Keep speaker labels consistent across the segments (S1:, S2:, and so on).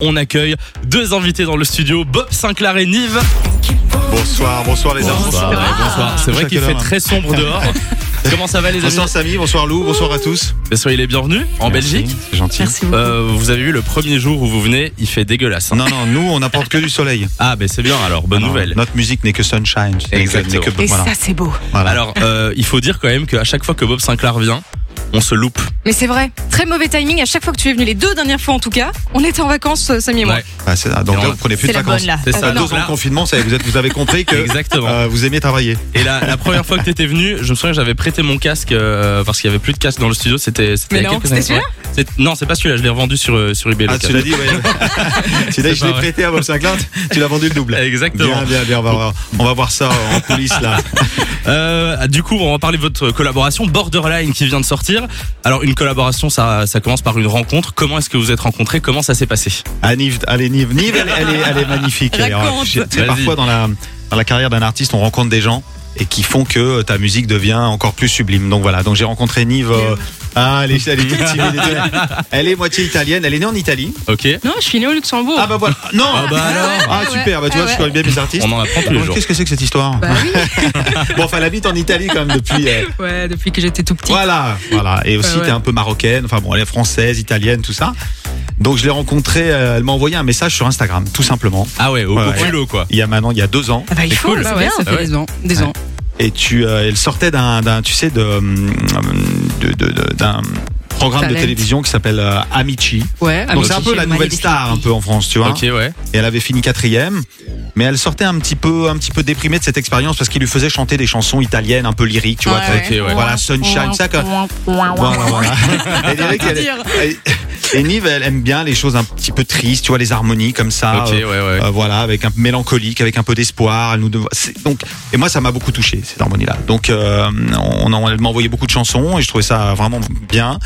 S1: On accueille deux invités dans le studio, Bob Sinclair et Nive.
S2: Bonsoir, bonsoir les amis.
S1: Bonsoir. Bonsoir. C'est vrai qu'il fait
S2: Chacun.
S1: très sombre dehors. Comment ça va les amis
S2: Bonsoir Samy, bonsoir Lou, bonsoir à tous.
S1: Ben, Soyez les bienvenus en Belgique.
S2: C'est gentil.
S3: Merci beaucoup.
S1: Euh, vous avez vu le premier jour où vous venez, il fait dégueulasse. hein.
S2: Non, non, nous on n'apporte que du soleil.
S1: Ah ben c'est bien alors, bonne
S2: Alors,
S1: nouvelle.
S2: Notre musique n'est que sunshine. ce n'est que-
S1: Exactement.
S2: n'est que-
S3: Et
S2: voilà.
S3: ça, c'est beau.
S2: Voilà.
S1: Alors euh, il faut dire quand même qu'à chaque fois que Bob Sinclair vient, on se loupe.
S3: Mais c'est vrai, très mauvais timing. À chaque fois que tu es venu, les deux dernières fois en tout cas, on était en vacances, euh, Samy et moi.
S1: Ouais,
S2: Ah, c'est- ah, donc
S1: Et
S2: là,
S1: on-
S2: vous prenez plus
S3: C'est
S2: de
S3: la
S2: vacances.
S3: bonne là.
S1: C'est
S3: Ah,
S1: ça,
S2: À
S3: non.
S1: donc
S2: deux ans
S1: là-
S2: de confinement, ça y est, vous, êtes, vous avez compris que
S1: exactement.
S2: euh, vous aimez travailler.
S1: Et la, la première fois que t'étais venu, je me souviens que j'avais prêté mon casque euh, parce qu'il y avait plus de casque dans le studio. C'était c'était
S3: Mais
S1: il y a
S3: non,
S1: quelques
S3: c'était
S1: années.
S3: celui-là
S1: Ouais. C'est- Non, c'est pas celui-là. Je l'ai revendu sur euh, sur eBay. le
S2: Ah,
S1: casque.
S2: tu l'as dit, ouais. tu l'as dit,
S1: C'est
S2: je
S1: pas
S2: l'ai
S1: vrai.
S2: prêté à Bob Sinclair, tu l'as vendu le double.
S1: Exactement.
S2: Bien, bien, bien, on va voir, on va voir ça en coulisses là.
S1: Euh, du coup, on va parler de votre collaboration Borderline qui vient de sortir. Alors, une collaboration, ça, ça commence par une rencontre. Comment est-ce que vous êtes rencontrés Comment ça s'est passé
S2: Ah, Nive, allez Nive, Nive, elle, elle est, elle est magnifique. Elle est-
S3: Raconte.
S2: tu sais,
S1: Vas-y.
S2: parfois dans la, dans la carrière d'un artiste, on rencontre des gens et qui font que euh, ta musique devient encore plus sublime. Donc voilà, donc j'ai rencontré Nive. euh, ah, elle est, elle est toute timide, elle est- elle est moitié italienne. Elle est née en Italie.
S3: Oh.
S1: Ok.
S3: Non, je suis née au Luxembourg.
S2: Ah bah voilà. Non. Ah,
S1: bah alors.
S3: ouais,
S2: super. Bah tu
S3: ouais,
S2: vois, je
S3: ouais.
S2: connais bien mes artistes.
S1: On en apprend tous les jours.
S2: Qu'est-ce que c'est que cette histoire
S3: Bah oui,
S2: Bon, enfin, elle habite en Italie quand même depuis. euh,
S3: ouais, depuis que j'étais tout petit.
S2: Voilà, voilà. Et aussi,
S3: Ouais, ouais.
S2: t'es un peu marocaine. Enfin bon, elle est française, italienne, tout ça. Donc je l'ai rencontrée. euh, elle m'a envoyé un message sur Instagram, tout simplement.
S1: Ah ouais, au,
S2: Ouais,
S1: au
S2: ouais.
S1: culot quoi.
S2: Il y a maintenant, il y a deux ans.
S3: Ah bah, il
S1: C'est
S3: faut,
S1: cool,
S3: bah
S1: c'est
S3: ouais,
S1: bien,
S3: ça
S1: bah
S3: fait
S1: ouais.
S3: des ans. Des
S2: Ouais.
S3: ans.
S2: et tu, euh, elle sortait d'un, d'un- tu sais, de, hum, de- de- de- d'un programme de
S3: Talent.
S2: télévision qui s'appelle euh, Amici.
S3: Ouais,
S2: Donc
S3: Amici,
S2: c'est un peu la
S3: Mali
S2: nouvelle
S3: des
S2: star un
S3: Philippines.
S2: peu en France, tu vois.
S1: Ok, ouais.
S2: Et elle avait fini quatrième, mais elle sortait un petit peu, un petit peu déprimée de cette expérience parce qu'il lui faisait chanter des chansons italiennes un peu lyriques, tu vois.
S1: ouais.
S2: très- Voilà, Sunshine, ça. que- Voilà, voilà. Elle dirait qu'elle est- et Nive, elle aime bien les choses un petit peu tristes, tu vois, les harmonies comme ça.
S1: ok,
S2: euh,
S1: ouais,
S4: Ah.
S1: ouais.
S2: euh, voilà, avec un mélancolique, avec un peu d'espoir. Elle nous dev- c'est- donc, et moi, ça m'a beaucoup touché cette harmonie-là. Donc, euh, on, en- elle m'a envoyé beaucoup de chansons et je trouvais ça vraiment bien.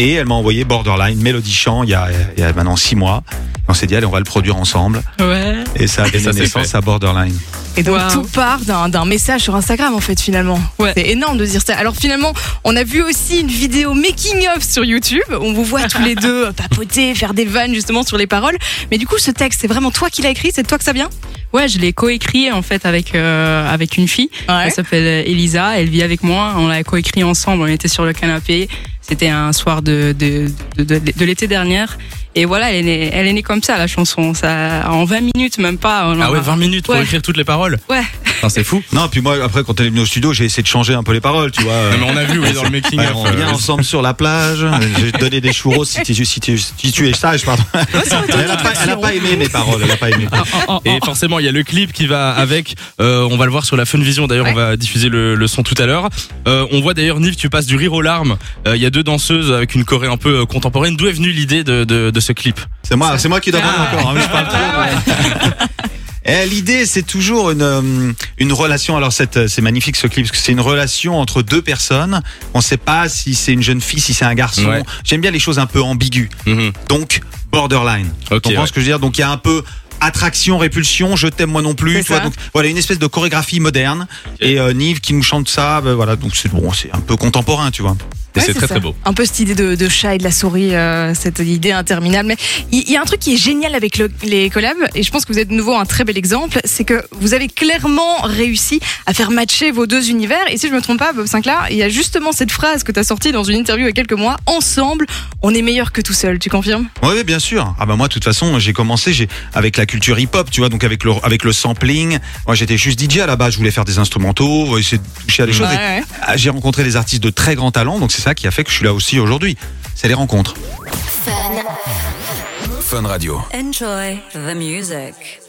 S2: Et elle m'a envoyé Borderline, Mélodie Chant, il y a, il y a maintenant six mois. Et on s'est dit, allez, on va le produire ensemble.
S3: Ouais.
S2: Et ça a
S1: Et ça
S2: donné
S1: s'est
S2: naissance à Borderline.
S5: Et donc
S3: Wow.
S5: tout part d'un d'un message sur Instagram en fait finalement.
S3: Ouais.
S5: C'est énorme de se dire ça. Alors finalement, on a vu aussi une vidéo making of sur YouTube. On vous voit tous les deux euh, papoter, faire des vannes justement sur les paroles. Mais du coup, ce texte, c'est vraiment toi qui l'as écrit, c'est de toi que ça vient
S4: Ouais, je l'ai coécrit en fait avec euh, avec une fille.
S5: Ouais.
S4: Elle s'appelle euh, Elisa. Elle vit avec moi. On l'a coécrit ensemble. On était sur le canapé. C'était un soir de de, de, de, de l'été dernière. Et voilà, elle est née, elle est née comme ça la chanson. Ça en 20 minutes même pas. on
S1: Ah
S4: en
S1: ouais,
S4: a-
S1: 20 minutes pour
S4: Ouais.
S1: écrire toutes les paroles.
S4: Ouais.
S1: Putain, c'est fou.
S2: Non, puis moi, après, quand elle est venue au studio, j'ai essayé de changer un peu les paroles, tu vois. euh,
S1: Non, mais on a vu oui, dans le making
S2: ouais,
S1: of.
S2: on
S1: euh,
S2: vient ensemble sur la plage. J'ai donné des churros si tu, si tu, si tu es sage, pardon. Elle n'a pas, elle a pas aimé mes paroles. Elle a pas aimé.
S1: Et forcément, il y a le clip qui va avec. Euh, on va le voir sur la Fun Vision. D'ailleurs, on va diffuser le, le son tout à l'heure. Euh, on voit d'ailleurs Nive, tu passes du rire aux larmes. Euh, Il y a deux danseuses avec une choré un peu euh, contemporaine. D'où est venue l'idée de, de, de ce clip
S2: C'est moi, c'est moi qui dois parler
S4: Ah.
S2: encore. hein, mais je parle trop, mais- Eh, L'idée, c'est toujours une, euh, une relation. Alors, cette- euh, c'est magnifique ce clip, parce que c'est une relation entre deux personnes. On ne sait pas si c'est une jeune fille, si c'est un garçon.
S1: Ouais.
S2: J'aime bien les choses un peu ambiguës.
S1: Mhm.
S2: Donc, borderline.
S1: Ok.
S2: Tu comprends
S1: ouais.
S2: ce que je veux dire Donc, il y a un peu attraction, répulsion, je t'aime moi non plus.
S5: C'est
S2: tu vois,
S5: ça.
S2: donc, voilà, une espèce de chorégraphie moderne. Et euh, Nive qui nous chante ça, ben, voilà. Donc, c'est bon, c'est un peu contemporain, tu vois.
S1: Et
S5: Ouais,
S1: c'est très
S5: ça.
S1: très beau.
S5: Un peu cette idée de, de chat et de la souris, euh, cette idée interminable. Mais il il y, a un truc qui est génial avec le- les collabs, et je pense que vous êtes de nouveau un très bel exemple, c'est que vous avez clairement réussi à faire matcher vos deux univers. Et si je me trompe pas, Bob Sinclair, il y a justement cette phrase que tu as sortie dans une interview il y a quelques mois. Ensemble, on est meilleur que tout seul. Tu confirmes
S2: Oui, oui, bien sûr. Ah bah moi, de toute façon, j'ai commencé j'ai avec la culture hip-hop, tu vois, donc avec le avec le sampling. Moi, j'étais juste DJ à la base. Je voulais faire des instrumentaux, euh, essayer de toucher à des choses. Et, ah, J'ai rencontré des artistes de très grand talent, donc c'est ça qui a fait que je suis là aussi aujourd'hui. C'est les rencontres.
S6: Enjoy the music.